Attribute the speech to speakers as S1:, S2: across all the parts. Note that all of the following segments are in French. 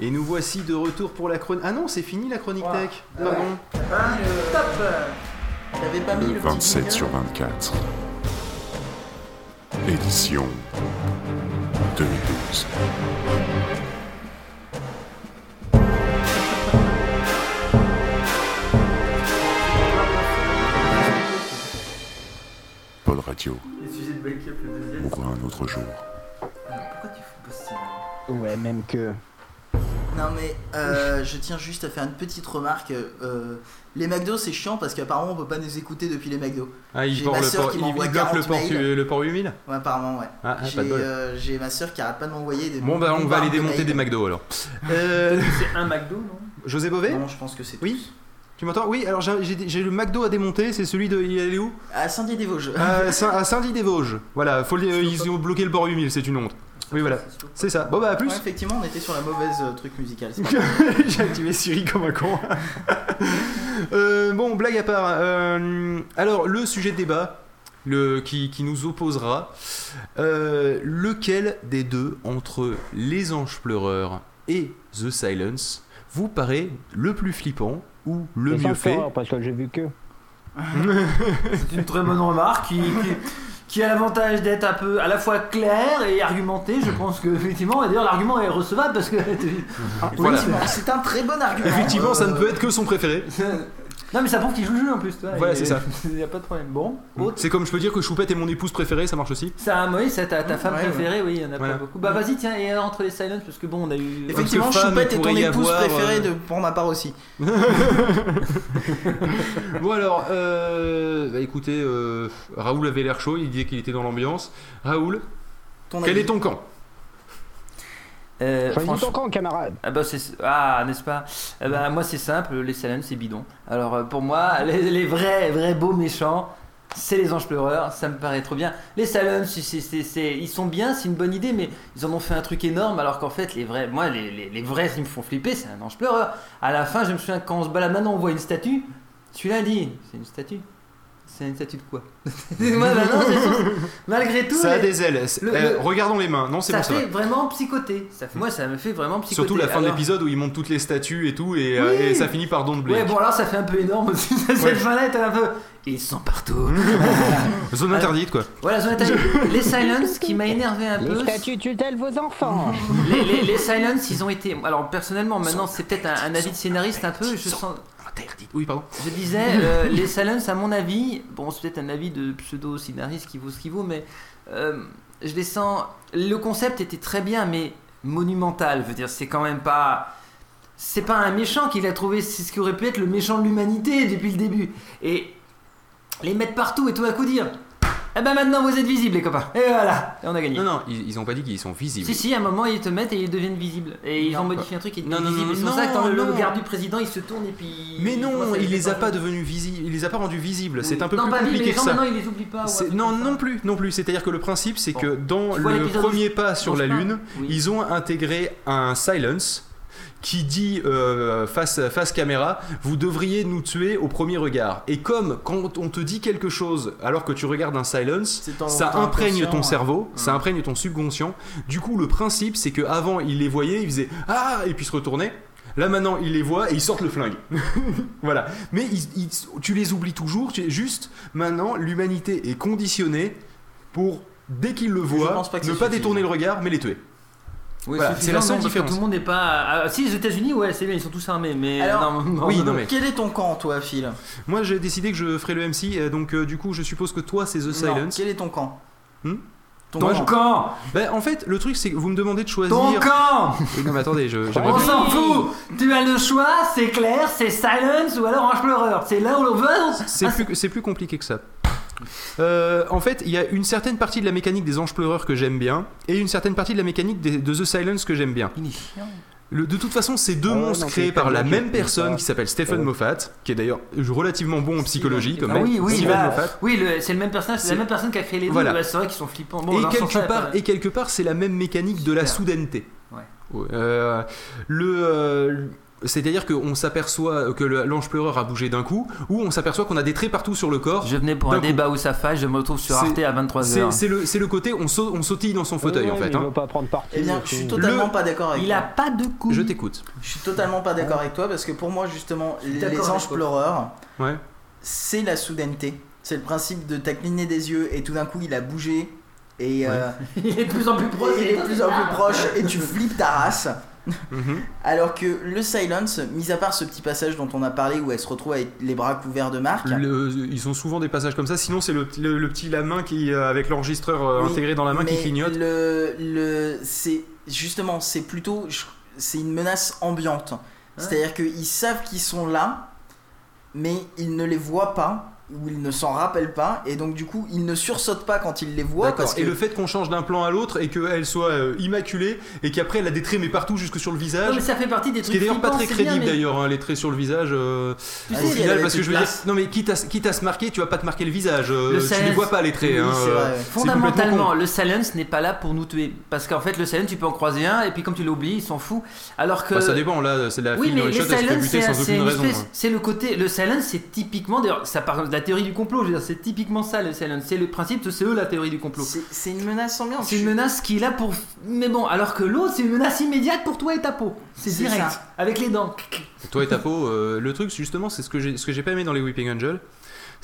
S1: Et nous voici de retour pour la chronique. Ah non, c'est fini la chronique
S2: Ouah.
S1: tech.
S2: Ah
S1: Pardon.
S2: ouais. T'as pas mis le top T'avais pas mis
S3: Le
S2: le petit
S3: 27
S2: jingle
S3: sur 24. Édition 2012. Paul Radio
S2: Les sujets de backup, le deuxième.
S3: mourra un autre jour.
S2: Alors, pourquoi tu fous Boston
S4: Ouais, même que.
S2: Non mais euh, je tiens juste à faire une petite remarque. euh, les McDo c'est chiant parce qu'apparemment on peut pas nous écouter depuis les McDo.
S1: Ah, il,
S2: J'ai
S1: porte
S2: ma
S1: le
S2: sœur
S1: port,
S2: qui
S1: il,
S2: m'envoie
S1: il bloque le
S2: 40
S1: port,
S2: mails.
S1: tu- le port 8000
S2: Ouais, apparemment ouais.
S1: Ah, ah,
S2: J'ai
S1: pas de bol.
S2: euh, j'ai ma soeur qui arrête pas de m'envoyer des
S1: Bon, bah on va les démonter des
S2: mails.
S1: McDo alors. Euh,
S5: C'est un McDo, non
S1: José Bové
S2: Non je pense que c'est
S1: Oui Tu m'entends Oui, alors j'ai- j'ai j'ai le McDo à démonter, c'est celui de. Il est allé où
S2: tout. À saint des Vosges.
S1: à, Saint- à Saint-Denis-des-Vosges. Voilà, faut le- euh, ils ont bloqué le port 8000, c'est une honte. Oui, voilà. C'est ça. Bon, bah à plus.
S2: Ouais, effectivement on était sur la mauvaise euh, truc musicale. c'est pas
S1: J'ai activé Siri comme un con. Euh, bon, blague à part. euh, alors, le sujet de débat le, qui, qui nous opposera euh, lequel des deux, entre Les Anges Pleureurs et The Silence, vous paraît le plus flippant ou le
S4: C'est
S1: mieux fait
S4: encore, Parce que j'ai vu que.
S5: C'est une très bonne remarque qui, qui, qui a l'avantage d'être un peu à la fois claire et argumentée. Je pense que effectivement, et d'ailleurs l'argument est recevable parce que
S1: Ah, Voilà.
S2: grave. C'est un très bon argument.
S1: Effectivement, ça ne
S2: Euh,
S1: peut être que son préféré.
S5: non mais ça prouve qu'il joue le jeu en plus. Toi,
S1: Voilà,
S5: Et-
S1: c'est ça.
S5: Il n'y a pas de problème. Bon,
S2: Mm.
S5: autre.
S1: C'est comme je peux dire que Choupette est mon épouse préférée, ça marche aussi.
S5: Ça, oui, c'est ta, ta femme
S2: Mm. Ouais,
S5: préférée, oui, il y en a
S1: Voilà.
S5: pas beaucoup. Bah vas-y, tiens, et alors, entre les Silence, parce que bon, on a eu.
S2: Euh, Effectivement
S1: Parce que femme,
S2: Choupette est
S1: il
S2: ton
S1: pourrait y
S2: épouse
S1: avoir,
S2: préférée
S1: euh,
S2: de, pour ma part aussi.
S1: Bon alors, euh, bah écoutez, euh, Raoul avait l'air chaud, il disait qu'il était dans l'ambiance. Raoul,
S2: Ton
S1: quel
S2: avis.
S1: est ton camp
S5: Euh,
S4: Choisis
S5: franchement-
S4: ton camp, camarade.
S5: Ah bah c'est ah n'est-ce pas Ah bah, moi c'est simple les Salem c'est bidon. Alors euh, pour moi les, les vrais vrais beaux méchants c'est les anges pleureurs, ça me paraît trop bien. Les Salem c'est, c'est- c'est- c'est- ils sont bien, c'est une bonne idée mais ils en ont fait un truc énorme alors qu'en fait les vrais moi les, les, les vrais qui me font flipper c'est un ange pleureur. À la fin je me souviens quand on se balade maintenant on voit une statue, celui-là il dit c'est une statue. C'est une statue de quoi Moi maintenant j'ai l'impression- malgré tout
S1: Ça a
S5: les-
S1: des ailes. c'est-
S5: le-
S1: euh,
S5: le-
S1: Regardons les mains. Non, c'est
S5: ça
S1: bon, ça va.
S5: fait vraiment psychoté. Ça fait- moi ça me fait vraiment psychoté.
S1: Surtout la fin de
S5: Alors-
S1: l'épisode où ils montent toutes les statues et tout, et, euh,
S5: Oui.
S1: et ça finit par Don Blake.
S5: Ouais, bon, alors ça fait un peu énorme aussi. Cette
S1: Ouais.
S5: fin-là est un peu. Ils sont partout. Ah.
S1: Zone interdite, quoi.
S5: voilà, Zone Attaque. les Silence qui m'a énervé un
S4: Les
S5: peu.
S4: statues tutelles vos enfants.
S5: Les, les, les Silence, ils ont été. Alors, personnellement, maintenant, c'est peut-être un, un avis de scénariste un peu. Je, sens...
S1: Interdite. Oui, pardon.
S5: je disais, euh, les Silence, à mon avis, bon, c'est peut-être un avis de pseudo-scénariste qui vaut ce qu'il vaut, mais euh, je les sens. Le concept était très bien, mais monumental. Je veux dire, c'est quand même pas. C'est pas un méchant qu'il a trouvé, c'est ce qui aurait pu être le méchant de l'humanité depuis le début. Et les mettre partout et tout à coup dire Eh ben maintenant vous êtes visibles, les copains. Et voilà, et on a gagné.
S1: Non, non, ils, ils ont pas dit qu'ils sont visibles.
S5: Si, si, à un moment ils te mettent et ils deviennent visibles. Et ils
S1: Non,
S5: ont
S1: pas-
S5: modifié un truc qui était
S1: Non, non,
S5: visible.
S1: non,
S5: C'est pour
S1: non,
S5: ça que dans le
S1: non.
S5: regard du président il se tourne et puis.
S1: Mais non,
S5: commence à
S1: il les a
S5: dépenser.
S1: pas devenus visibles, il les a pas rendus visibles. C'est un peu
S5: non,
S1: plus
S5: pas visibles,
S1: compliqué
S5: les
S1: que
S5: gens,
S1: ça.
S5: Maintenant ils les oublient pas. ou un
S1: C'est-
S5: truc
S1: Non,
S5: comme ça.
S1: non plus, non plus. C'est-à-dire que le principe, c'est
S5: Bon.
S1: que dans
S5: Tu vois
S1: le
S5: l'épisode
S1: premier pas sur
S5: dont
S1: la
S5: je parle
S1: Lune,
S5: Oui.
S1: ils ont intégré un silence qui dit euh, face, face caméra, vous devriez nous tuer au premier regard. Et comme quand on te dit quelque chose alors que tu regardes un silence,
S2: C'est ton-
S1: ça
S2: ton
S1: imprègne ton
S2: inconscient,
S1: cerveau, ça imprègne ton subconscient. Du coup, le principe, c'est que avant ils les voyaient, ils faisaient ah et puis se retournaient. Là maintenant, ils les voient et ils sortent le flingue. voilà. Mais ils- ils- tu les oublies toujours. Tu, juste maintenant, l'humanité est conditionnée pour dès qu'ils le voient,
S2: pense pas que
S1: ne
S2: c'est
S1: pas
S2: suffisant.
S1: détourner le regard, mais les tuer.
S5: Oui,
S1: Voilà,
S5: suffisant,
S1: c'est la seule
S5: non, parce que
S1: différence.
S5: Tout le monde n'est pas. ah, si, les États-Unis, ouais, c'est bien, ils sont tous armés, mais.
S2: Alors-
S5: non, non,
S1: Oui,
S5: non,
S1: non,
S5: non.
S1: mais-
S2: Quel est ton camp toi Phil
S1: Moi, j'ai décidé que je ferais le MC, euh, donc euh, du coup, je suppose que toi, c'est The
S2: Non,
S1: Silence.
S2: Quel est ton camp
S1: Hmm
S2: Ton
S1: Ton
S2: camp.
S5: Ton camp
S1: Ben, en fait, le truc, c'est que vous me demandez de choisir.
S5: Ton camp
S1: Oui, non, mais attendez, je-
S2: Oh.
S1: j'aimerais
S5: On
S1: bien-
S5: s'en fout Tu as le choix, c'est clair, c'est silence ou alors ange pleureur. C'est là où l'on veut. Ah,
S1: C'est plus, c'est plus compliqué que ça. Euh, en fait, il y a une certaine partie de la mécanique des anges pleureurs que j'aime bien, et une certaine partie de la mécanique des- de The Silence que j'aime bien.
S5: Il est chiant.
S1: Le- de toute façon, c'est deux
S4: Ah ouais,
S1: monstres
S4: non, c'est
S1: créés par la
S4: hyper
S1: même
S4: logique,
S1: personne
S4: ça.
S1: qui s'appelle Stephen
S4: Ouais.
S1: Moffat, qui est d'ailleurs relativement bon en psychologie comme
S5: Ah
S1: mec.
S5: oui, oui,
S1: Stephen
S5: bah,
S1: Moffat.
S5: Oui, le- c'est le même personnage, c'est
S1: C'est-
S5: la même personne qui a créé les deux.
S1: Voilà.
S5: bah, c'est vrai qu'ils sont flippants. Bon,
S1: et,
S5: dans ce sens-là,
S1: quelque part,
S5: pas-
S1: et quelque part, c'est la même mécanique de la
S5: Super.
S1: soudaineté.
S5: Ouais.
S1: Euh, le, euh, C'est-à-dire qu'on s'aperçoit que le- l'ange pleureur a bougé d'un coup, ou on s'aperçoit qu'on a des traits partout sur le corps.
S5: Je venais pour un
S1: D'un coup.
S5: débat où ça fâche, je me retrouve sur
S1: C'est-
S5: Arte à
S1: C'est
S5: 23h.
S1: c'est le, c'est le côté on, sau- on sautille dans son fauteuil en fait.
S4: Il
S1: hein.
S4: veut pas prendre parti.
S2: Eh bien,
S4: donc,
S2: je
S4: euh,
S2: suis totalement pas d'accord avec
S5: Il
S2: toi.
S5: a pas de couilles.
S1: Je t'écoute.
S2: Je suis totalement pas d'accord avec toi parce que pour moi, justement, les
S5: d'accord
S2: anges
S5: avec toi.
S2: pleureurs,
S1: Ouais.
S2: c'est la soudaineté. C'est le principe de t'as cligné des yeux et tout d'un coup, il a bougé et euh,
S5: Il est de plus en plus proche.
S2: il est de plus en plus proche et tu flippes ta race.
S1: Mhm.
S2: Alors que le silence, mis à part ce petit passage dont on a parlé où elle se retrouve avec les bras couverts de marque,
S1: Le- ils ont souvent des passages comme ça, sinon c'est le, le- le petit la main qui, euh, avec l'enregistreur euh,
S2: Oui,
S1: intégré dans la main qui
S2: mais
S1: clignote.
S2: Le, le, c'est justement, c'est plutôt, je- c'est une menace ambiante. C'est-à-dire qu'ils savent qu'ils sont là, mais ils ne les voient pas ou ils ne s'en rappellent pas, et donc du coup, ils ne sursautent pas quand ils les voient
S1: D'accord.
S2: parce que
S1: Et le fait qu'on change d'un plan à l'autre et qu'elle soit euh, immaculée et qu'après elle a des traits mais partout jusque sur le
S5: Non,
S1: visage.
S5: mais ça fait partie des
S1: Ce
S5: trucs.
S1: qui est d'ailleurs pas
S5: flippants,
S1: très
S5: c'est bien,
S1: crédible
S5: mais
S1: d'ailleurs, hein, les traits sur le visage. euh,
S5: tu
S2: Ah,
S5: sais,
S1: au
S2: si, elle
S1: final,
S2: avait
S1: parce que
S2: plus
S1: je
S2: de
S1: veux dire,
S2: place.
S1: non mais quitte à, quitte à se marquer, tu vas pas te marquer le visage. euh,
S5: Le
S1: tu les
S5: silence.
S1: vois pas les traits.
S2: Oui,
S1: hein,
S2: c'est
S1: euh,
S2: vrai.
S1: c'est complètement con.
S5: Fondamentalement, le silence n'est pas là pour nous tuer. Parce qu'en fait, le silence, tu peux en croiser un, et puis comme tu l'oublies, il s'en fout. Alors que.
S1: Bah, ça dépend, là, c'est la
S5: Oui,
S1: fille de
S5: mais le
S1: Richard, elle se fait
S5: silence,
S1: buter
S5: c'est un-
S1: sans
S5: c'est
S1: aucune
S5: une
S1: raison. hein.
S5: espèce- c'est le côté. Le silence, c'est typiquement. D'ailleurs, ça parle de la théorie du complot. Je veux dire, c'est typiquement ça le silence. C'est le principe de c'est eux la théorie du complot.
S2: c'est c'est une menace ambiante.
S5: C'est une menace qui est là pour. Mais bon, alors que l'autre, c'est une menace immédiate pour toi et ta peau. C'est
S2: C'est
S5: direct.
S2: ça.
S5: Avec les dents.
S1: Toi et ta peau, euh, le truc, justement, c'est ce que j'ai ce que j'ai pas aimé dans les Weeping Angels.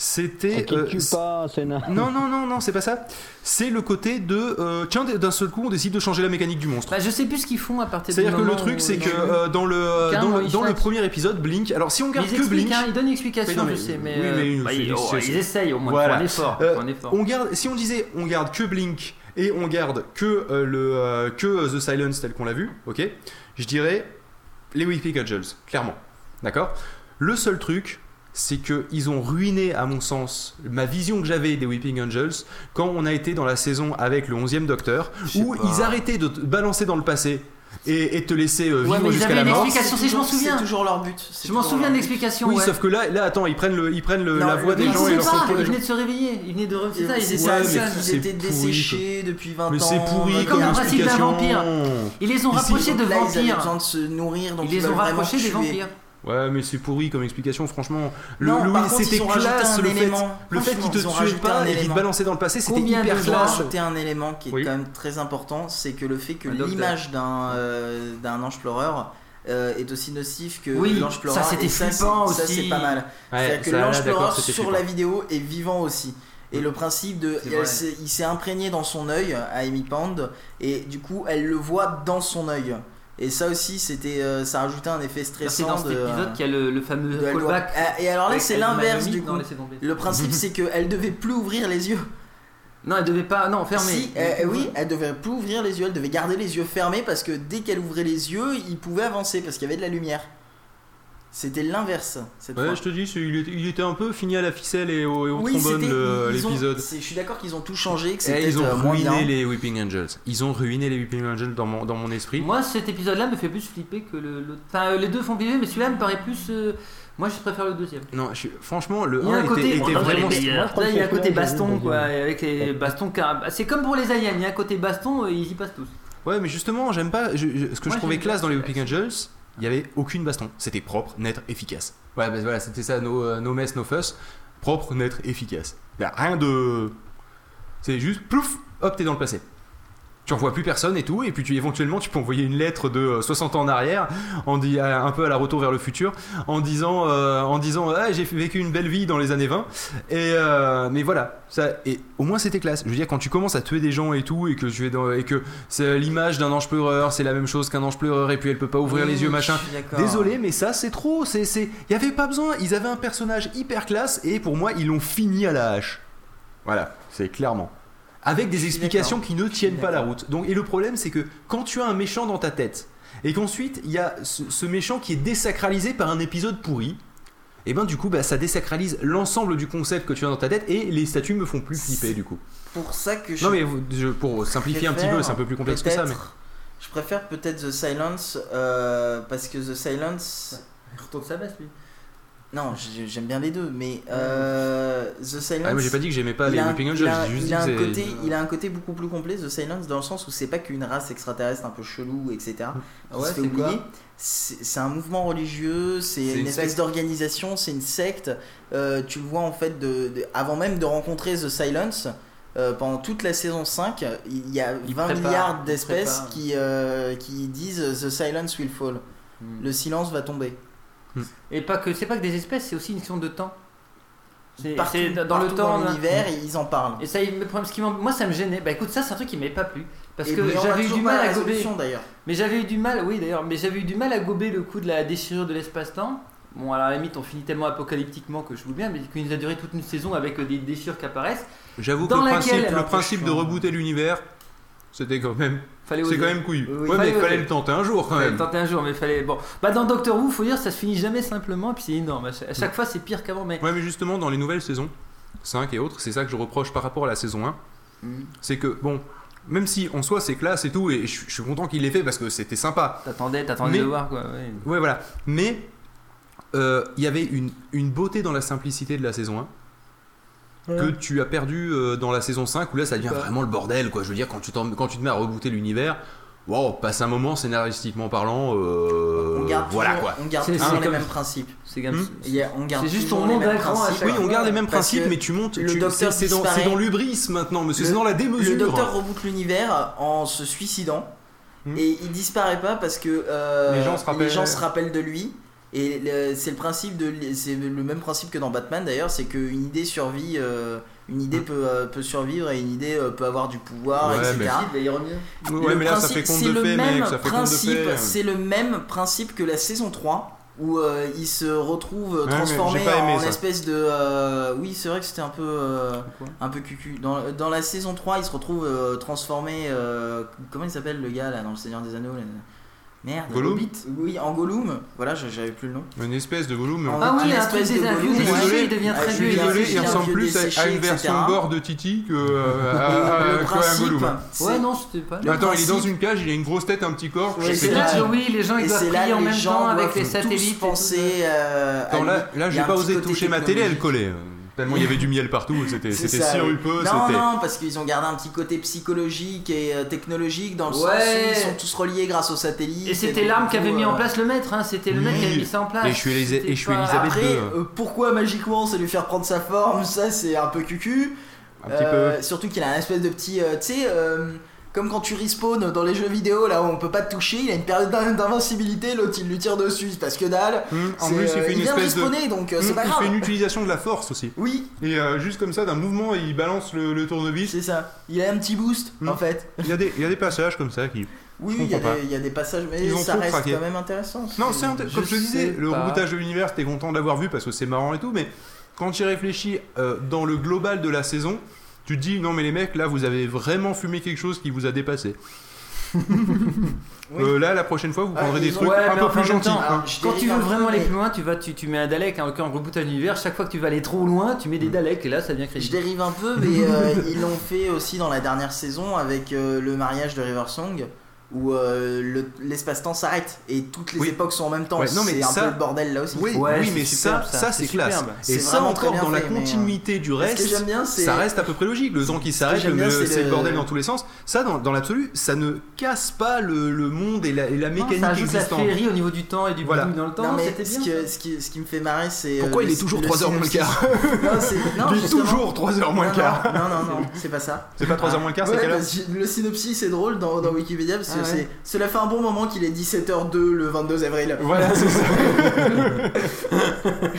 S4: Ça
S1: C'était.
S4: qui
S1: euh,
S4: tue pas, c'est na-
S1: Non, non, non, non, c'est pas ça. C'est le côté de. euh, tiens, d'un seul coup, on décide de changer la mécanique du monstre.
S5: Bah, je sais plus ce qu'ils font à partir du
S1: C'est-à-dire que
S5: moment
S1: le truc,
S5: où-
S1: c'est
S5: dans
S1: que
S5: le-
S1: euh, dans le
S5: Carrément,
S1: dans le,
S5: ils
S1: dans le
S5: chassent.
S1: premier épisode, Blink. Alors, si on
S5: Ils
S1: garde que
S5: expliquent,
S1: Blink,
S5: hein, ils donnent une explication,
S1: Mais non,
S5: je
S1: mais-
S5: sais, mais,
S1: oui,
S5: euh,
S1: mais une-
S5: bah,
S1: c'est-
S5: ils,
S1: c'est-
S5: ils essayent au moins,
S1: Voilà.
S5: font un effort.
S1: Euh,
S5: font un effort.
S1: on garde. Si on disait, on garde que Blink et on garde que euh, le euh, que euh, The Silence tel qu'on l'a vu, ok. Je dirais les Weeping Angels, clairement, d'accord. Le seul truc. C'est que ils ont ruiné, à mon sens, ma vision que j'avais des Weeping Angels quand on a été dans la saison avec le 11e Docteur,
S5: sais
S1: où
S5: pas.
S1: ils arrêtaient de te balancer dans le passé et, et te laisser euh, vivre
S5: Ouais, mais ils
S1: jusqu'à
S5: avaient
S1: la
S5: une
S1: mort.
S5: explication, si je m'en souviens.
S2: C'est toujours leur but. c'est
S5: Je m'en
S2: toujours
S5: souviens
S2: leur
S5: de
S2: but.
S5: l'explication.
S1: Oui,
S5: ouais.
S1: sauf que là, là, attends, ils prennent le, ils prennent le-
S2: Non,
S1: la
S2: le-
S1: voix
S5: Mais
S1: des
S5: ils
S1: gens
S5: savaient
S1: et leur
S5: pas,
S1: font-
S5: ils venaient de se réveiller, ils venaient de re- c'est ça, ils
S2: C'est
S5: étaient
S2: ça,
S1: Ouais,
S5: seuls.
S1: mais
S2: ils étaient
S1: c'est pourri,
S2: desséchés depuis 20 ans.
S1: Mais c'est pourri
S5: euh, comme
S1: comme
S5: le principe d'un
S1: explication.
S5: vampire. Ils les ont
S1: Ici,
S5: rapprochés de
S2: Donc là, ils avaient
S5: vampires.
S2: besoin de se nourrir, donc
S5: Ils les
S2: veulent
S5: ont
S2: vraiment
S5: rapprochés des
S2: tuer.
S5: vampires.
S1: Ouais, mais c'est pourri comme explication, franchement. Le,
S2: Non,
S1: le-
S2: par
S1: oui,
S2: contre,
S1: c'était
S2: ils ont rajouté
S1: classe
S2: un
S1: le fait,
S2: élément.
S1: le fait qu'ils te
S2: Franchement, ils ont
S1: tuaient
S2: rajouté un
S1: pas et qu'ils te
S2: élément.
S1: balançaient dans le passé, c'était
S5: Combien de
S1: hyper
S2: Ils ont
S1: classe.
S2: rajouté un élément qui est
S1: Oui.
S2: quand même très important, c'est que le fait que
S5: Un docteur.
S2: l'image d'un euh, d'un ange pleureur euh, est aussi nocif que
S5: Oui,
S2: l'ange pleureur.
S5: ça, c'était
S2: Et ça,
S5: flippant
S2: c'est- ça,
S5: aussi.
S2: c'est pas mal.
S1: Ouais,
S2: C'est-à-dire que
S1: ça, là,
S2: l'ange
S1: d'accord,
S2: pleureur
S1: c'était
S2: sur
S1: flippant.
S2: la vidéo est vivant aussi. Et le principe de.
S5: C'est
S2: elle
S5: vrai.
S2: s'est- il s'est imprégné dans son œil à Amy Pound, et du coup, elle le voit dans son œil. Et ça aussi, c'était, euh, ça rajoutait un effet
S5: C'est
S2: stressant
S5: dans cet
S2: de, euh,
S5: épisode qu'il y a le, le fameux
S2: de la loi.
S5: callback.
S2: Ah, Et alors là,
S5: avec
S2: c'est
S5: Alma
S2: l'inverse
S5: Mimi.
S2: du
S5: Non,
S2: coup.
S5: laissez tomber.
S2: Le principe, c'est qu'elle devait plus ouvrir les yeux.
S5: Non, elle devait pas. Non, fermer.
S2: Si, euh, oui, elle devait plus ouvrir les yeux, elle devait garder les yeux fermés parce que dès qu'elle ouvrait les yeux, il pouvait avancer parce qu'il y avait de la lumière. C'était l'inverse cette fois.
S1: Ouais, je te dis, c'est- il était- il était un peu fini à la ficelle et au, et au
S2: Oui,
S1: trombone
S2: c'était-
S1: le-
S2: ils ont-
S1: l'épisode.
S2: c'est- Je suis d'accord qu'ils ont tout changé, que
S1: Eh,
S2: c'était
S1: ils ont
S2: euh, moins bien.
S1: ruiné les Weeping Angels. Ils ont ruiné les Weeping Angels dans mon, dans mon esprit.
S5: Moi, cet épisode-là me fait plus flipper que le. l'autre. Enfin, euh, les deux font flipper, mais celui-là me paraît plus. euh, Moi, je préfère le deuxième.
S1: Non, je suis- franchement, le
S5: Il y a
S1: 1
S5: un côté,
S1: était, était
S5: Moi,
S1: vraiment.
S5: les meilleurs.
S4: Moi, je crois
S5: Là,
S4: que
S5: il y a un
S4: c'est
S5: côté
S4: celui-là, j'ai vu
S5: baston,
S4: le
S5: quoi.
S4: deuxième.
S5: Avec les bastons. car- C'est comme pour les aliens, il y a un côté baston, euh, ils y passent tous.
S1: Ouais, mais justement, j'aime pas. je- je- ce que
S5: Moi,
S1: je trouvais
S5: j'aime
S1: classe
S5: bien
S1: dans les
S5: ce
S1: Weeping Angels, il y avait aucune baston. C'était propre, net, efficace. Ouais, bah, voilà, c'était ça, nos euh, nos messes, nos fuss. Propre, net, efficace. Y a rien de. C'est juste, plouf, hop, t'es dans le passé. Tu revois plus personne et tout, et puis tu, éventuellement tu peux envoyer une lettre de euh, 60 ans en arrière, en dit, à- un peu à la retour vers le futur, en disant, euh, en disant ah, j'ai vécu une belle vie dans les années 20, et euh, mais voilà, ça, et au moins c'était classe. Je veux dire, quand tu commences à tuer des gens et tout, et que tu es dans, et que c'est euh, l'image d'un ange pleureur, c'est la même chose qu'un ange pleureur, et puis elle peut pas ouvrir
S2: Oui,
S1: les yeux, machin.
S2: je suis d'accord.
S1: Désolé, mais ça c'est trop. C'est, c'est, y avait pas besoin. Ils avaient un personnage hyper classe, et pour moi, ils l'ont fini à la hache. Voilà, c'est clairement. Avec des explications qui ne tiennent pas la route. Donc, et le problème, c'est que quand tu as un méchant dans ta tête, et qu'ensuite il y a ce, ce méchant qui est désacralisé par un épisode pourri, et ben du coup, bah, ça désacralise l'ensemble du concept que tu as dans ta tête, et les statues me font plus flipper du coup.
S2: Pour ça que je
S1: Non mais vous- je- pour simplifier un petit peu, c'est un peu plus complexe que ça, mais.
S2: peut-être- Je préfère peut-être The Silence euh, parce que The Silence.
S5: Retourne sa basse, lui.
S2: Non, j'ai- j'aime bien les deux, mais euh, The Silence.
S1: Ah, moi j'ai pas dit que j'aimais pas
S2: il
S1: les
S2: a un-
S1: Weeping
S2: il
S1: Angels,
S2: a-
S1: j'ai juste
S2: il
S1: dit
S2: a un
S1: que
S2: côté,
S1: c'est-
S2: il a un côté beaucoup plus complet The Silence dans le sens où c'est pas qu'une race extraterrestre un peu chelou, etc. qui
S5: Ouais,
S2: se fait
S5: c'est quoi
S2: oublier. C'est c'est un mouvement religieux, c'est
S1: C'est
S2: une,
S1: une
S2: espèce
S1: secte.
S2: d'organisation, c'est une secte. Euh, tu le vois en fait de, de- avant même de rencontrer The Silence. euh, pendant toute la saison 5, il y a 20
S5: Il prépare,
S2: milliards
S5: il
S2: d'espèces
S5: prépare.
S2: qui, euh, qui disent The silence will fall.
S5: Hmm.
S2: Le silence va tomber.
S5: Et pas que c'est pas que des espèces, c'est aussi une question de temps. C'est
S2: Partout,
S5: c'est dans
S2: partout
S5: le temps.
S2: dans
S5: là.
S2: l'univers, ils en parlent.
S5: Et ça, il- le problème, ce qui m'en- moi, ça me gênait. Bah écoute, ça, c'est un truc qui m'avait pas plu parce
S2: Et-
S5: que
S2: mais on a
S5: j'avais eu
S2: toujours
S5: du
S2: pas
S5: mal
S2: la
S5: à gober.
S2: résolution, d'ailleurs.
S5: Mais j'avais eu du mal, oui d'ailleurs, mais j'avais eu du mal à gober le coup de la déchirure de l'espace-temps. Bon, alors à la limite, on finit tellement apocalyptiquement que je vous bien, mais qu'il nous a duré toute une saison avec euh, des déchirures qui apparaissent.
S1: J'avoue que
S5: Dans
S1: le
S5: laquelle elle
S1: principe,
S5: a
S1: le
S5: un peu
S1: principe de
S5: chiant.
S1: rebooter l'univers, c'était quand même.
S5: Fallait
S1: C'est
S5: oser.
S1: quand même couillu.
S5: Oui,
S1: ouais,
S5: oui,
S1: mais
S5: fallait
S1: fallait
S5: oser.
S1: le tenter un jour quand
S5: Fallait le
S1: même.
S5: tenter un jour, mais fallait. Bon, bah dans Doctor Who, faut dire, ça se finit jamais simplement, puis c'est énorme. À chaque, à chaque fois, c'est pire qu'avant, mais.
S1: Mm. Ouais, mais justement, dans les nouvelles saisons, 5 et autres, c'est ça que je reproche par rapport à la saison 1.
S5: Mm.
S1: C'est que, bon, même si en soi c'est classe et tout, et je je suis content qu'il l'ait fait parce que c'était sympa.
S5: T'attendais, t'attendais
S1: Mais-
S5: de voir quoi. ouais.
S1: Ouais, voilà. Mais euh, il y avait une, une beauté dans la simplicité de la saison 1 que tu as perdu euh, dans la saison 5 où là ça devient
S5: Ouais.
S1: vraiment le bordel quoi. Je veux dire, quand tu, t'en- quand tu te mets à rebooter l'univers, wow, passe un moment scénaristiquement parlant, euh,
S2: on garde
S1: voilà
S2: toujours,
S1: quoi.
S2: on garde
S5: C'est-
S2: toujours
S5: c'est
S2: les
S5: comme-
S2: mêmes principes.
S5: C'est quand même-
S1: Hmm.
S2: Il y a- on garde
S5: C'est juste
S2: toujours
S5: on
S2: les
S5: monte
S2: mêmes
S5: à cran à
S2: principes.
S5: chaque
S1: Oui,
S5: fois.
S1: on garde les mêmes
S2: Parce
S1: principes,
S2: que
S1: mais tu montes.
S2: le
S1: tu-
S2: docteur
S1: c'est- c'est dans,
S2: disparaît.
S1: c'est dans l'ubris maintenant, monsieur.
S2: Le-
S1: C'est dans la
S2: Le
S1: démesure.
S2: docteur reboot l'univers en se suicidant
S1: Hmm.
S2: et il disparaît pas parce que euh,
S1: Les gens se rappellent-
S2: gens se rappellent de lui. Et le- c'est le principe de, c'est le même principe que dans Batman d'ailleurs, c'est qu'une idée survit, euh, une idée peut, euh, peut survivre et une idée euh, peut avoir du pouvoir,
S1: Hmm. Ouais,
S2: etc.
S1: mais- Ouais,
S2: Le
S1: mais là ça
S2: principe-
S1: fait compte
S2: c'est
S1: de
S2: le
S1: fait,
S2: même
S1: mec. Ça fait compte de
S2: principe,
S1: fait.
S2: C'est le même principe que la saison 3 où euh, il se retrouve euh,
S1: mais
S2: transformé
S1: j'ai pas aimé
S2: en
S1: ça.
S2: espèce de euh, oui c'est vrai que c'était un peu euh, un peu cucu dans, dans la saison 3 il se retrouve euh, transformé euh, comment il s'appelle le gars là dans le Seigneur des Anneaux là merde
S1: Gollum
S2: Hobbit oui en Gollum voilà je- j'avais plus le nom
S1: Une espèce de volume. mais
S2: En-
S5: Ah
S2: une
S5: oui, un
S2: espèce
S5: truc
S2: de
S5: des
S2: Gollum.
S5: infus,
S1: Je suis désolé,
S5: il devient
S2: ah,
S5: très
S1: Je suis
S5: vieux.
S1: désolé,
S2: c'est
S1: il
S2: un
S1: ressemble
S2: vieux
S1: plus à, à
S2: desséché,
S1: une version
S2: etc.
S1: gore de Titi que euh,
S2: Et
S1: à- à-
S2: le
S1: qu'à un
S2: principe
S1: Gollum.
S2: c'est-
S5: Ouais, non, c'était pas.
S2: le
S1: Attends, il est dans
S2: principe-
S1: une cage, il a une grosse tête, un petit corps.
S2: Ouais,
S1: je sais
S5: C'est
S2: c'est
S1: pas.
S5: là,
S2: là-
S5: que, oui, les gens ils
S2: et
S5: doivent
S2: c'est là
S5: prier en
S2: les
S5: même
S2: gens
S5: temps avec
S2: doivent
S5: les
S2: tous
S5: satellites. et tout.
S2: penser euh, à
S1: Attends,
S2: une-
S1: là, là
S2: il y
S1: j'ai
S2: a un
S1: pas
S2: petit
S1: osé
S2: côté
S1: toucher ma télé, elle
S2: technologique.
S1: collait. euh, Tellement il y avait du miel partout, c'était
S2: C'est
S1: c'était
S2: ça, oui.
S1: sirupeux.
S2: Non,
S1: c'était-
S2: non, parce qu'ils ont gardé un petit côté psychologique et euh, technologique dans le
S5: Ouais.
S2: sens où ils sont tous reliés grâce aux satellites.
S5: Et c'était
S2: donc,
S5: l'arme
S2: du
S5: qu'avait
S2: coup,
S5: mis en
S2: euh,
S5: place le maître, hein. c'était le
S1: Oui.
S5: maître qui avait mis ça en place.
S1: Et je suis Élisa- et
S5: C'était
S1: je suis
S5: pas-
S1: Elisabeth.
S2: Après,
S1: deux.
S2: euh, pourquoi magiquement c'est lui faire prendre sa forme Ça, c'est un peu cucu.
S1: Un petit
S2: Euh,
S1: peu.
S2: Surtout qu'il a un espèce de petit. euh, tu sais, euh, comme quand tu respawn dans les jeux vidéo là où on peut pas te toucher, il a une période d'in- d'invincibilité, l'autre il lui tire dessus, c'est parce que dalle.
S1: Hum, En
S2: C'est,
S1: plus, il
S2: euh,
S1: fait une
S2: vient
S1: espèce de.
S2: respawner, donc euh,
S1: Hum,
S2: c'est pas
S1: Il fait
S2: grave.
S1: une utilisation de la force aussi.
S2: Oui,
S1: Et euh, juste comme ça, d'un mouvement, il balance le, le tournevis.
S2: c'est ça. Il a un petit boost
S1: Mm.
S2: en fait.
S1: Il y, a des, il y a des passages comme ça qui.
S2: Oui,
S1: Je
S2: il y, a
S1: comprends
S2: des- il y a des passages, mais
S1: Ils ont
S2: ça
S1: trop
S2: reste
S1: craqué.
S2: quand même intéressant.
S1: Non, c'est inté-
S5: Je
S1: comme je te disais,
S5: sais
S1: le
S5: pas.
S1: rebootage de l'univers, t'es content de l'avoir vu parce que c'est marrant et tout, mais quand tu réfléchis euh, dans le global de la saison, tu te dis non, mais les mecs, là, vous avez vraiment fumé quelque chose qui vous a dépassé.
S2: Oui.
S1: Euh, là, la prochaine fois, vous
S2: Ah,
S1: prendrez des
S2: ils ont-
S1: trucs
S5: Ouais,
S1: un
S5: mais
S1: peu
S5: en
S1: plus
S5: même
S1: gentils.
S5: temps,
S1: hein.
S2: Alors, je
S5: Quand tu
S2: dérive
S5: veux
S2: un peu,
S5: vraiment aller
S2: mais-
S5: plus loin, tu vas, tu, tu mets un Dalek, hein, quand on reboot un univers, chaque fois que tu vas aller trop loin, tu
S1: Mm.
S5: mets des Daleks et là ça devient
S2: Je
S5: crédible.
S2: dérive un peu, mais euh, ils l'ont fait aussi dans la dernière saison avec euh, le mariage de River Song, où euh, le- l'espace-temps s'arrête et toutes les
S1: Oui.
S2: époques sont en même temps.
S1: Ouais, non, mais
S2: c'est un
S1: ça-
S2: peu le bordel là aussi.
S1: Oui,
S5: Ouais,
S1: oui,
S5: c'est
S1: mais
S5: superbe,
S1: ça,
S5: ça,
S1: ça
S5: c'est
S1: c'est classe.
S5: superbe.
S1: Et
S2: C'est
S1: ça
S2: vraiment très
S1: encore
S2: bien
S1: dans la
S2: fait, mais, euh,
S1: continuité du
S2: Ce que
S1: reste,
S2: j'aime bien, c'est
S1: ça reste à peu près logique. Le temps qui s'arrête,
S2: j'aime
S1: le-
S2: bien,
S1: le-
S2: c'est
S1: c'est
S2: le-
S1: le bordel dans tous les sens. Ça, dans, dans l'absolu, ça ne casse pas le, le monde et la, et la
S5: Non,
S1: mécanique
S5: Ça ajoute la
S1: existante.
S5: féerie au niveau du temps et du
S1: Voilà.
S5: bidouille dans le
S2: Non,
S5: temps,
S2: mais
S5: c'était
S2: ce,
S5: bien.
S2: que- ce qui, ce qui me fait marrer, c'est.
S1: Pourquoi
S2: euh,
S1: il est toujours 3h moins le
S2: synopsis.
S1: quart
S2: Non, c'est- non,
S1: Il est
S2: justement.
S1: toujours 3h moins le
S2: Non,
S1: quart
S2: Non, non, non, non, c'est pas ça. Mm.
S1: C'est pas 3h moins le quart, c'est
S2: Ouais,
S1: quelle heure
S2: parce que le synopsis est drôle dans, dans Wikipédia parce que
S5: Ah
S2: c'est
S5: ouais.
S2: cela fait un bon moment qu'il est 17h02 le 22 avril
S1: Voilà, c'est ça.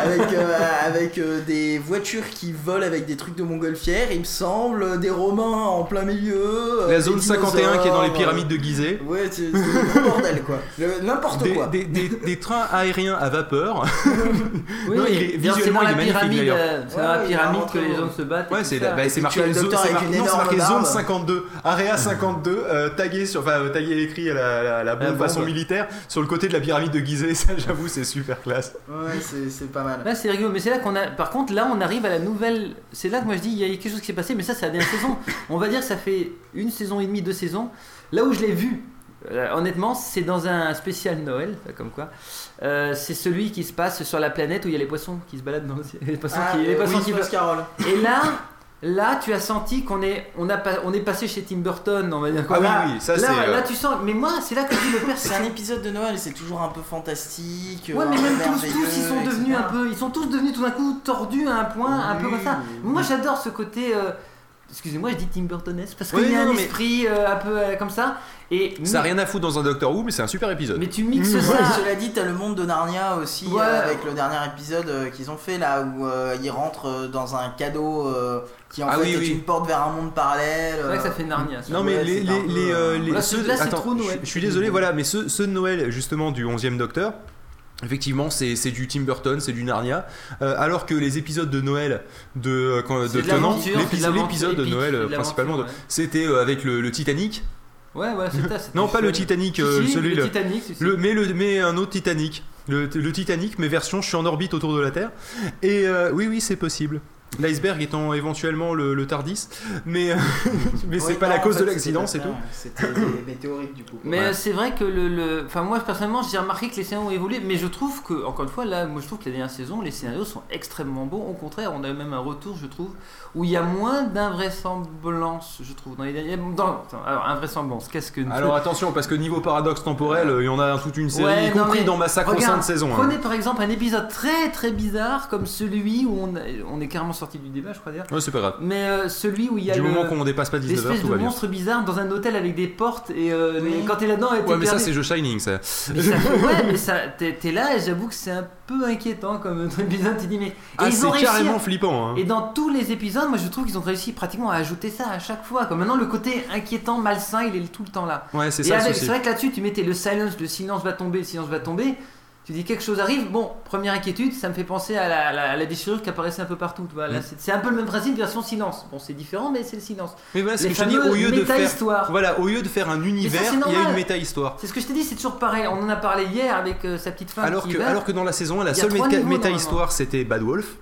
S2: avec euh, avec euh, des voitures qui volent avec des trucs de montgolfière il me semble des romains en plein milieu euh,
S1: La
S2: des
S1: zone 51 qui est dans les
S2: dinosaures,
S1: pyramides de Gizeh.
S2: euh, ouais c'est c'est le gros bordel quoi Le- n'importe
S1: Des,
S2: quoi
S1: des- des- des trains aériens à vapeur.
S5: Oui,
S1: Non, il est-
S5: c'est
S1: visuellement, il
S5: dans la
S1: est magnifique,
S5: pyramide,
S1: d'ailleurs.
S5: euh, c'est dans
S2: Ouais,
S5: la
S2: il est
S5: pyramide
S2: vraiment
S5: que
S2: très
S5: les
S2: beau.
S5: hommes se battent. et
S1: Ouais,
S5: tout
S1: c'est
S5: ça.
S1: bah, c'est
S2: Et tu as
S1: marqué,
S2: le
S1: zone,
S2: docteur
S1: c'est
S2: avec
S1: mar-
S2: une
S1: non, c'est
S2: énorme
S1: marqué
S2: barbe.
S1: zone 52, area 52, euh, tagué sur, enfin euh, tagué écrit à la, la, la bonne
S5: bombe.
S1: façon militaire sur le côté de la pyramide de Gizeh. Ça, j'avoue, c'est super classe.
S2: ouais c'est c'est pas mal
S5: Là Ah bah, c'est rigolo, mais c'est là qu'on a. Par contre, là on arrive à la nouvelle. C'est là que moi je dis il y a quelque chose qui s'est passé, mais ça c'est la dernière saison. On va dire que ça fait une saison et demie, deux saisons. Là où je l'ai vu, Euh, honnêtement, c'est dans un spécial Noël, enfin, comme quoi. Euh, c'est celui qui se passe sur la planète où il y a les poissons qui se baladent dans le ciel. Les poissons
S2: Ah,
S5: qui, les
S2: euh,
S5: poissons
S2: oui,
S5: qui
S2: Space Carol.
S5: Et là, là, tu as senti qu'on est, on a pas- on est passé chez Tim Burton, on va dire.
S1: Ah oui,
S5: Là-
S1: oui, ça,
S5: là,
S1: c'est, euh,
S5: là, tu sens. Mais moi, c'est là que je dis le père,
S2: C'est un épisode de Noël, c'est toujours un peu fantastique.
S5: Ouais,
S2: un
S5: mais
S2: peu
S5: même tous, tous, ils
S2: merveilleux,
S5: sont devenus
S2: etc.
S5: un peu, ils sont tous devenus tout d'un coup tordus à un point, un peu
S2: Oui,
S5: comme ça.
S2: oui.
S5: Moi, j'adore ce côté. euh, Excusez-moi, je dis Tim Burtonesque parce qu'il
S1: Oui,
S5: y a
S1: non,
S5: un
S1: mais-
S5: esprit euh, un peu euh, comme ça. Et
S1: Ça a rien à foutre dans un Doctor Who, mais c'est un super épisode.
S5: mais tu mixes
S2: Ouais,
S5: ça.
S2: Cela dit, t'as le monde de Narnia aussi,
S5: Ouais.
S2: euh, avec le dernier épisode euh, qu'ils ont fait là, où euh, ils rentrent euh, dans un cadeau euh, qui en
S1: Ah
S2: fait
S1: oui,
S2: est
S1: oui.
S2: une porte vers un monde parallèle.
S5: C'est vrai que ça
S2: euh.
S5: fait Narnia. ça.
S1: Non mais
S2: Ouais,
S1: les,
S2: c'est
S1: les,
S2: un peu,
S1: les, euh,
S2: euh,
S1: les-
S5: là,
S1: ceux
S5: c'est-
S1: de-
S5: là, c'est
S1: attends,
S5: trop Noël.
S1: Je, je suis désolé, voilà, mais ceux, ceux de Noël justement du 11e Docteur, effectivement, c'est c'est du Tim Burton, c'est du Narnia, euh, alors que les épisodes de Noël de, euh, quand-
S5: C'est
S1: de
S5: de
S1: Tenant,
S5: l'aventure, c'est de
S1: l'épis-
S5: l'aventure
S1: l'épisode de
S5: épique,
S1: Noël
S5: c'est de
S1: euh, principalement, de-
S5: l'aventure, ouais.
S1: c'était euh, avec le, le Titanic.
S5: Ouais, ouais, c'est ça. c'est-
S1: Non, pas le
S5: c'est-
S1: Titanic,
S5: Si,
S1: euh,
S5: si,
S1: celui
S5: le
S1: le-
S5: Titanic, si, si.
S1: le, mais, le, mais un autre Titanic. Le, le Titanic, mais version je suis en orbite autour de la Terre. Et euh, oui, oui, c'est possible. L'iceberg étant éventuellement le, le Tardis, mais, euh, mais c'est
S2: Ouais,
S1: pas
S2: non,
S1: la
S2: en
S1: cause
S2: fait,
S1: de l'accident, c'est
S2: c'était
S1: tout.
S2: pas ça, C'était des météorites du coup.
S5: Mais
S1: Ouais.
S5: euh, c'est vrai que le, le- enfin moi personnellement j'ai remarqué que les scénarios ont évolué, mais je trouve que encore une fois là, moi je trouve que la dernière saison les scénarios sont extrêmement bons. Au contraire, on a même un retour je trouve où il y a moins d'invraisemblance je trouve dans les dernières. Dans, attends, alors invraisemblance, qu'est-ce que
S1: Alors attention, parce que niveau paradoxe temporel, euh, il y en a toute une série,
S5: Ouais,
S1: y
S5: non,
S1: compris
S5: mais
S1: dans ma sacro
S5: regarde,
S1: sainte saison. hein.
S5: Prenez par exemple un épisode très très bizarre comme celui où on, on est carrément sorti du débat je crois dire,
S1: Ouais, c'est pas grave.
S5: mais euh, celui où il y a
S1: Du
S5: le-
S1: moment qu'on dépasse pas 19h,
S5: l'espèce
S1: tout
S5: de
S1: va bien.
S5: monstre bizarre dans un hôtel avec des portes et euh,
S2: Oui.
S5: les- quand t'es là-dedans et t'es
S1: Ouais, mais ça,
S5: perdu.
S1: c'est jeu Shining, ça.
S5: Mais ça fait- ouais, mais ça, t'es t'es là et j'avoue que c'est un peu inquiétant comme comme épisode. Tu dis, mais. Et
S1: Ah,
S5: ils
S1: c'est
S5: ont réussi à-
S1: carrément flippant. hein.
S5: Et dans tous les épisodes, moi je trouve qu'ils ont réussi pratiquement à ajouter ça à chaque fois. Comme maintenant, le côté inquiétant, malsain, il est tout le temps là.
S1: Ouais, c'est
S5: Et
S1: ça le
S5: avec-
S1: souci.
S5: c'est vrai que là-dessus, tu mettais le silence, le silence va tomber, le silence va tomber. Tu dis quelque chose arrive, bon, première inquiétude, ça me fait penser à la, la, la déchirure qui apparaissait un peu partout. tu vois. Là,
S1: Mm.
S5: c'est- C'est un peu le même principe version silence. Bon, c'est différent, mais c'est le silence.
S1: Mais voilà, ce
S5: les
S1: que je te dis, au
S5: fameux
S1: lieu de faire.
S5: méta-histoires.
S1: Voilà, au lieu de faire un univers,
S5: c'est
S1: il y a
S5: normal.
S1: une méta-histoire.
S5: C'est ce que je t'ai dit, c'est toujours pareil. On en a parlé hier avec euh, sa petite femme.
S1: Alors
S5: qui
S1: que,
S5: va.
S1: alors que dans la saison, 1, la
S5: Il y a
S1: seule
S5: trois
S1: méta-
S5: niveaux,
S1: méta-histoire, c'était Bad Wolf.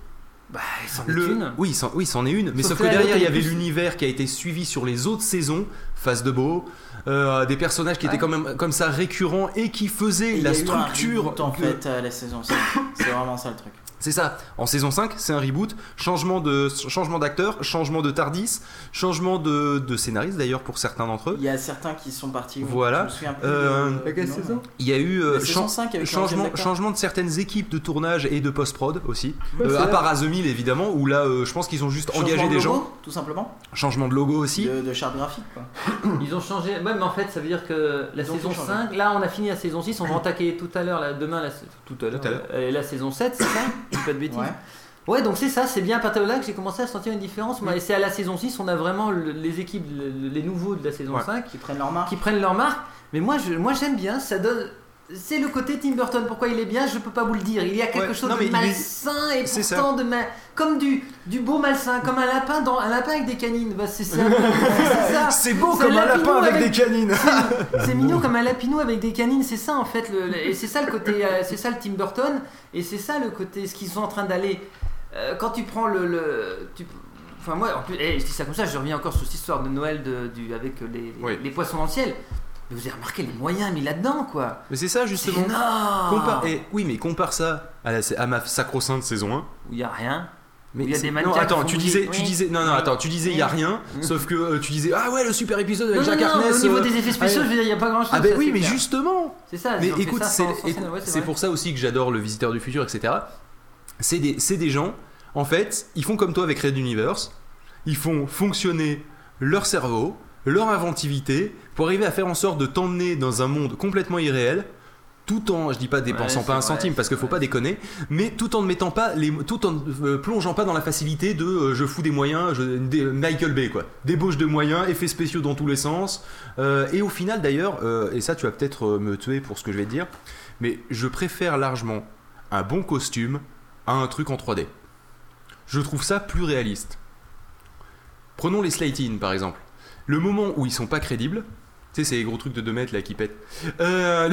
S5: Bah,
S2: Ah,
S5: il s'en est
S1: Le-
S5: une.
S1: Oui, c'en oui, c'en est une. Mais sauf,
S5: Sauf que
S1: que,
S5: là,
S1: derrière,
S5: il
S1: il
S5: y
S1: y
S5: a
S1: avait
S5: plus-
S1: l'univers qui a été suivi sur les autres saisons, face de Beau, euh, des personnages qui étaient
S5: Ouais.
S1: quand même comme ça récurrents et qui faisaient
S2: Et il y a
S1: la
S2: eu un
S1: structure.
S2: reboot, en
S1: que-
S2: fait à la saison 5. C'est vraiment ça le truc.
S1: C'est ça. En saison 5, c'est un reboot, changement de changement d'acteur, changement de Tardis, changement de, de scénariste d'ailleurs pour certains d'entre eux.
S2: Il y a certains qui sont partis.
S1: Oh. Voilà.
S2: Je me souviens plus.
S1: Euh,
S2: de- du nom,
S1: Il y a eu
S2: mais-
S1: euh,
S2: La saison
S1: chan-
S2: 5 avec le
S1: changement,
S2: deuxième acteur.
S1: changement de certaines équipes de tournage et de post-prod aussi.
S4: Ouais,
S1: Euh,
S4: c'est
S1: à
S4: vrai.
S1: part Azemil évidemment, où là, euh, je pense qu'ils ont juste
S2: Changement
S1: engagé
S2: de
S1: des
S2: logo,
S1: gens.
S2: Tout simplement.
S1: Changement de logo aussi.
S2: De, de charte graphique quoi.
S5: Ils ont changé. Ouais, mais en fait, ça veut dire que la
S2: Ils ont
S5: saison
S2: tout changé.
S5: 5, là, on a fini la saison 6, on va attaquer tout à l'heure, là, demain, la, tout à l'heure,
S1: Tout à l'heure.
S5: euh, la saison 7, c'est ça Je dis pas de bêtises.
S2: Ouais.
S5: Ouais. donc c'est ça, c'est bien à partir de là que j'ai commencé à sentir une différence. moi. Et c'est à la saison 6, on a vraiment le- les équipes, le- les nouveaux de la saison
S1: Ouais.
S5: 5
S2: Qui prennent leur marque.
S5: qui prennent leur marque. Mais moi, je, moi, j'aime bien, ça donne. C'est le côté Tim Burton. Pourquoi il est bien, je peux pas vous le dire. Il y a quelque
S1: Ouais,
S5: chose
S1: non, mais
S5: de
S1: il est-
S5: malsain et
S1: c'est ça.
S5: pourtant de ma... comme du du beau malsain, comme un lapin dans un lapin avec des canines. Bah, c'est ça. Ah, c'est ça.
S1: C'est beau
S5: C'est
S1: comme un
S5: Lapinou
S1: lapin avec, des
S5: avec-
S1: canines. Ah,
S5: C'est mignon comme un lapinou avec des canines, c'est ça en fait, le, le- et c'est ça le côté, euh, c'est ça le Tim Burton, et c'est ça le côté, ce qu'ils sont en train d'aller. Euh, quand tu prends le, le- tu- enfin moi, en plus, eh, je dis ça comme ça, je reviens encore sur cette histoire de Noël de- du, avec les, les-
S1: Oui.
S5: les poissons dans le ciel. Mais vous avez remarqué les moyens mis là-dedans, quoi.
S1: Mais c'est ça
S5: C'est
S1: justement.
S5: énorme.
S1: Compare, eh, oui, mais compare ça à, la- à ma sacro-sainte saison 1.
S5: Où il y a rien.
S1: Mais
S5: Il y a
S1: c'est-
S5: des mannequins
S1: non, attends,
S5: qui
S1: tu
S5: font
S1: disais,
S5: bouger.
S1: tu
S5: Oui.
S1: disais, non, non,
S5: Oui.
S1: attends, tu disais, il y a
S5: Oui.
S1: rien,
S5: Mm.
S1: sauf que euh, tu disais, ah ouais, le super épisode avec
S5: Non,
S1: Jacques
S5: non, non, mais
S1: Harkness.
S5: au niveau
S1: euh,
S5: des effets spéciaux,
S1: ah,
S5: je veux dire, il n'y a pas grand-chose.
S1: Ah ben
S5: ça,
S1: oui,
S5: c'est
S1: mais
S5: clair.
S1: justement.
S5: C'est ça.
S1: Mais
S5: ils ont fait
S1: écoute,
S5: ça
S1: c'est
S5: sans- sans
S1: écoute,
S5: scène, ouais,
S1: c'est
S5: vrai.
S1: pour ça aussi que j'adore le Visiteur du futur, etc. C'est des, c'est des gens, en fait, ils font comme toi avec Red Universe, ils font fonctionner leur cerveau, leur inventivité, pour arriver à faire en sorte de t'emmener dans un monde complètement irréel, tout en, je dis pas dépensant
S5: Ouais,
S1: pas un
S5: c'est
S1: centime
S5: vrai,
S1: parce que
S5: c'est
S1: faut
S5: vrai.
S1: pas déconner, mais tout en ne mettant pas les, tout en ne plongeant pas dans la facilité de euh, je fous des moyens, je, des- Michael Bay quoi, débauche de moyens, effets spéciaux dans tous les sens, euh, et au final d'ailleurs, euh, et ça tu vas peut-être euh, me tuer pour ce que je vais te dire, mais je préfère largement un bon costume à un truc en 3D. Je trouve ça plus réaliste. Prenons les Slatine par exemple. Le moment où ils sont pas crédibles, tu sais, c'est les gros trucs de 2 mètres là qui pètent. Euh,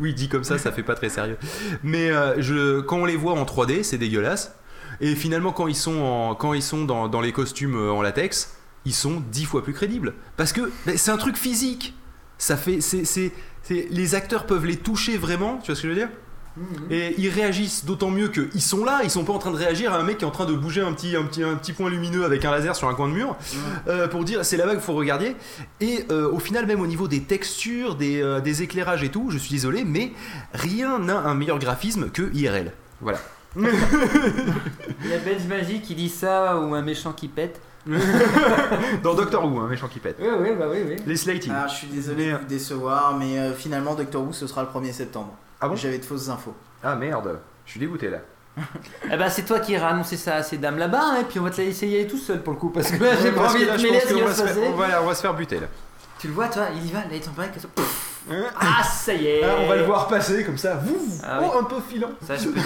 S1: oui, dit comme ça, ça fait pas très sérieux. Mais euh, je, quand on les voit en 3D, c'est dégueulasse. Et finalement, quand ils sont, en, quand ils sont dans, dans les costumes euh, en latex, ils sont 10 fois plus crédibles. Parce que ben, c'est un truc physique. Ça fait, c'est, c'est, c'est- les acteurs peuvent les toucher vraiment, tu vois ce que je veux dire
S5: Mhm.
S1: et ils réagissent d'autant mieux qu'ils sont là, ils sont pas en train de réagir à un mec qui est en train de bouger un petit, un petit, un petit point lumineux avec un laser sur un coin de mur
S5: Mhm.
S1: euh, pour dire c'est là-bas qu'il faut regarder. Et euh, au final, même au niveau des textures, des, euh, des éclairages et tout, je suis désolé, mais rien n'a un meilleur graphisme que IRL. Voilà.
S5: La belge magique qui dit ça ou un méchant qui pète.
S1: Dans Doctor Who, un méchant qui pète.
S5: Oui, oui, bah oui, oui.
S1: Les Slating.
S2: Ah, je suis désolé de vous décevoir, mais euh, finalement, Doctor Who, ce sera le 1er septembre.
S1: Ah bon
S2: J'avais de fausses infos.
S1: Ah merde, je suis dégoûté là.
S5: Eh ben, c'est toi qui iras annoncer ça à ces dames là-bas, hein, et puis on va te la laisser y aller tout seul pour le coup, parce que là, j'ai pas
S1: Parce que
S5: envie de
S1: là,
S5: te
S1: je
S5: mêler à
S1: pense
S5: ce qui
S1: qu'on
S5: va
S1: va
S5: se
S1: se
S5: passer.
S1: faire- on va là, on va se faire buter là.
S5: Tu le vois, toi, il y va, là, il t'en parle, comme ça. Pouf.
S1: Hein
S5: Ah, ça y est
S1: Ah, on va le voir passer comme ça, vous,
S5: Ah
S1: oh, un peu filant.
S5: Ça, je peux dire.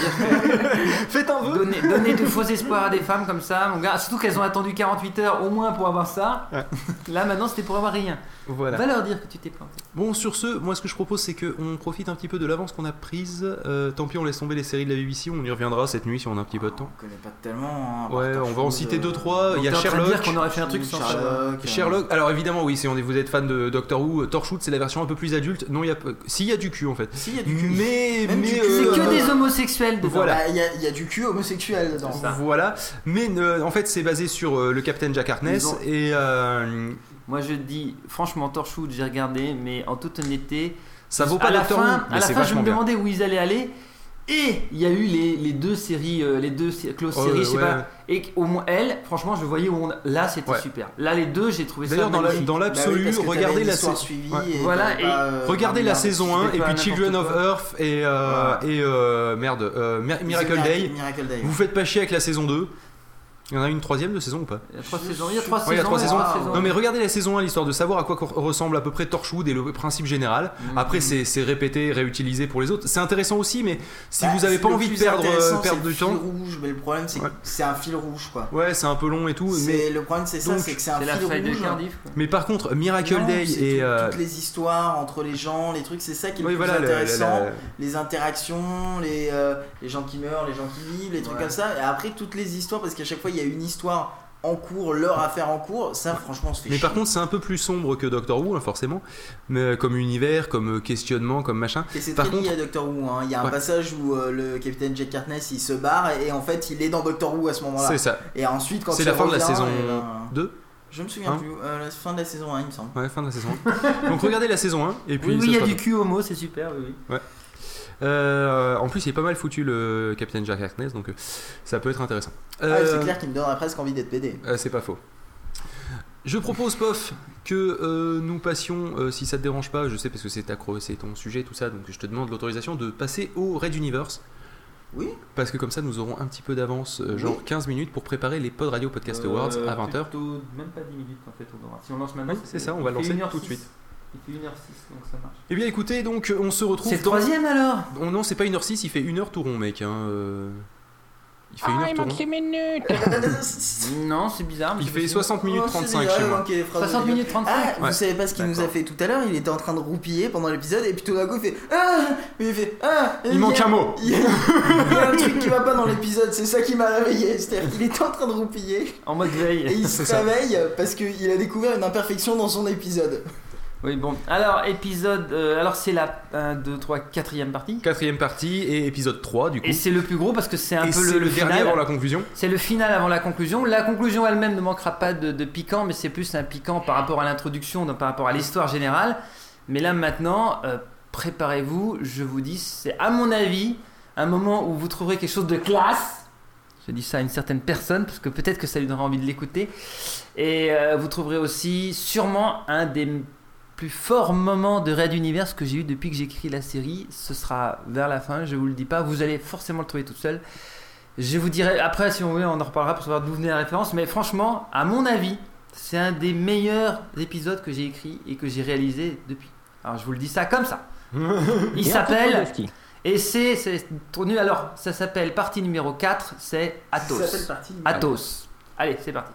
S1: Faites un vœu.
S5: donner, donner de faux espoirs à des femmes comme ça, mon gars, surtout qu'elles ont attendu 48 heures au moins pour avoir ça.
S1: Ouais.
S5: Là, maintenant, c'était pour avoir rien.
S1: Voilà.
S5: Va leur dire que tu t'es planté.
S1: Bon, sur ce, moi ce que je propose, c'est qu'on profite un petit peu de l'avance qu'on a prise. Euh, tant pis, on laisse tomber les séries de la BBC, on y reviendra cette nuit si on a un petit peu de temps.
S2: On connaît pas tellement. hein, à part
S1: Ouais, on va en
S2: Torchwood,
S1: citer
S2: euh,
S1: deux trois. Il y a
S5: Donc, t'es en train de
S1: Sherlock.
S5: dire hein. qu'on aurait fait un truc sans ça.
S2: Sherlock. euh,
S1: Sherlock. Alors évidemment, oui, si on est- vous êtes fan de Doctor Who, euh, Torchwood, c'est la version un peu plus adulte. Non, il y a pas- si il y a du cul en fait.
S2: Si, il y a du cul.
S1: Mais
S2: Même
S1: mais
S2: du cul,
S5: C'est
S1: euh,
S5: que des homosexuels dedans.
S1: voilà.
S2: Bah, Il y, a- il y a du cul homosexuel dedans.
S5: C'est ça.
S1: Voilà, mais euh, en fait c'est basé sur euh, le Capitaine Jack Harkness
S5: Ils ont-
S1: et euh,
S5: Moi, je dis, franchement, Torchwood, j'ai regardé, mais en toute honnêteté,
S1: ça vaut pas
S5: à la
S1: Doctor
S5: fin,
S1: Who,
S5: à
S1: mais
S5: la
S1: c'est
S5: fin je
S1: vachement
S5: me
S1: bien.
S5: demandais où ils allaient aller. Et il y a eu les, les deux séries, euh, les deux sé- close
S1: Oh,
S5: séries, je sais
S1: ouais.
S5: pas. Et au moins, elle, franchement, je voyais où on. Là, c'était
S1: Ouais.
S5: super. Là, les deux, j'ai trouvé ça.
S1: D'ailleurs dans la-
S5: magnifique. Bah
S1: dans
S2: Bah
S1: l'absolu, regardez la
S2: saison.
S1: série. Ouais.
S5: Voilà, et
S2: euh,
S1: Regardez la saison 1
S5: fais
S1: et
S5: pas
S1: puis Children of
S5: n'importe quoi.
S1: Earth et, euh,
S2: Voilà.
S1: et euh, merde, euh, Mir- Miracle Day.
S2: Miracle Day.
S1: Vous faites pas chier avec la saison 2. Il y en a une troisième de saison ou pas
S5: Il y a trois saisons. Il y a trois
S1: Ouais, il y a trois saisons.
S5: trois
S1: Non mais regardez la saison 1, l'histoire de savoir à quoi co- ressemble à peu près Torchwood et le principe général.
S5: Mhm.
S1: Après c'est c'est répété, réutilisé pour les autres. C'est intéressant aussi mais si
S2: Bah,
S1: vous avez
S2: c'est
S1: pas
S2: le
S1: envie de
S2: plus
S1: perdre, euh,
S2: intéressant,
S1: perdre
S2: c'est le
S1: du
S2: fil
S1: temps,
S2: rouge, mais le problème, c'est que
S1: Ouais.
S2: c'est un fil rouge, quoi.
S1: ouais c'est un peu long et tout. Mais,
S2: C'est- Le problème, c'est ça,
S1: Donc,
S2: c'est que c'est un
S5: C'est
S2: fil
S5: la faille de
S2: rouge.
S5: Cardiff. quoi.
S1: mais par contre Miracle
S2: Non,
S1: Day
S2: c'est
S1: et...
S2: tout-
S1: euh,
S2: toutes les histoires entre les gens, les trucs, c'est ça qui est le
S1: oui,
S2: plus
S1: voilà, le- le-
S2: intéressant.
S1: la-
S2: Les interactions, les, euh, les gens qui meurent, les gens qui vivent, les trucs
S5: Ouais.
S2: comme ça. Et après, toutes les histoires, parce qu'à chaque fois, il y a une histoire en cours, leur affaire en cours. Ça, franchement, on se fait
S1: Mais
S2: chier.
S1: par contre, c'est un peu plus sombre que Doctor Who, hein, forcément, mais euh, comme univers, comme euh, questionnement, comme machin.
S2: Et c'est
S1: par
S2: très lié à Doctor Who. hein. Il y a un
S1: Ouais.
S2: passage où euh, le capitaine Jack Harkness il se barre et en fait il est dans Doctor Who à ce moment-là.
S1: C'est ça.
S2: Et ensuite quand
S1: C'est
S2: il
S1: la fin de la
S2: revient,
S1: saison
S2: eh ben,
S1: 2
S2: Je me souviens
S1: Hein
S2: plus. euh, la fin de la saison 1 il me semble.
S1: Ouais, fin de la saison 1. Donc regardez la saison 1, et puis
S5: Oui, oui,
S1: ça
S5: il y a
S1: sera
S5: du
S1: bien.
S5: cul homo, c'est super. Oui, oui.
S1: Euh, en plus, il est pas mal foutu le Capitaine Jack Harkness, donc euh, ça peut être intéressant.
S2: Ah,
S1: Euh,
S2: c'est clair qu'il me donnerait presque envie d'être PD.
S1: euh, c'est pas faux. Je propose, Pof, que euh, nous passions, euh, si ça te dérange pas, je sais parce que c'est ta cro- c'est ton sujet, tout ça, donc je te demande l'autorisation de passer au Red Universe.
S2: Oui.
S1: Parce que comme ça, nous aurons un petit peu d'avance, euh, genre 15 minutes, pour préparer les Pod Radio Podcast Awards à 20h.
S5: Euh, plutôt Même pas 10 minutes en fait, on aura. Si on lance maintenant,
S1: Oui,
S5: ça
S1: c'est
S5: fait-
S1: ça, on va
S5: il fait
S1: lancer
S5: 1h06.
S1: tout de suite.
S5: Il fait 1h06, donc ça marche.
S1: Eh bien, écoutez, donc on se retrouve.
S5: C'est le
S1: dans-
S5: troisième alors
S1: Oh non, c'est pas 1h06, il fait 1h tout rond, mec. hein, euh. Il fait 1h
S4: Ah, il
S1: tout
S4: manque
S1: rond.
S4: 6 minutes
S5: Non, c'est bizarre. mais
S1: Il
S5: c'est
S1: fait
S5: possible.
S1: 60 minutes
S2: Oh, c'est
S1: 35
S2: bizarre,
S1: chez moi.
S2: donc, les phrases
S5: 60
S2: de-
S5: minutes 35.
S2: Ah,
S1: Ouais.
S2: vous savez pas ce qu'il nous a
S1: D'accord.
S2: fait tout à l'heure Il était en train de roupiller pendant l'épisode et puis tout d'un coup il fait Ah Il fait Ah
S1: Il manque
S2: y a-
S1: un mot.
S2: Il y a il y a un truc qui va pas dans l'épisode, c'est ça qui m'a réveillé. C'est-à-dire qu'il était en train de roupiller
S5: En mode
S2: et
S5: veille.
S2: il se
S1: C'est ça.
S2: réveille parce qu'il a découvert une imperfection dans son épisode.
S5: Oui, bon. Alors, épisode. euh, alors, c'est la 1, 2, 3, 4ème partie.
S1: Quatrième partie et épisode 3 du coup.
S5: Et c'est le plus gros parce que c'est un
S1: Et
S5: peu
S1: c'est
S5: le, le
S1: dernier
S5: final.
S1: avant la conclusion.
S5: C'est le final avant la conclusion. La conclusion elle-même ne manquera pas de, de piquant, mais c'est plus un piquant par rapport à l'introduction, donc par rapport à l'histoire générale. Mais là maintenant, euh, préparez-vous, je vous dis, c'est à mon avis un moment où vous trouverez quelque chose de classe. Je dis ça à une certaine personne parce que peut-être que ça lui donnera envie de l'écouter. Et euh, vous trouverez aussi sûrement un des m- plus forts moments de Red Universe que j'ai eu depuis que j'écris la série. Ce sera vers la fin, je vous le dis pas. Vous allez forcément le trouver tout seul. Je vous dirai après, si on veut, on en reparlera pour savoir d'où venait la référence. Mais franchement, à mon avis, c'est un des meilleurs épisodes que j'ai écrit et que j'ai réalisé depuis. Alors je vous le dis ça comme ça. Il s'appelle. Et c'est. C'est trop nul. Alors, ça s'appelle partie numéro 4, c'est Athos.
S2: Ça s'appelle partie.
S5: Athos. Allez, c'est parti.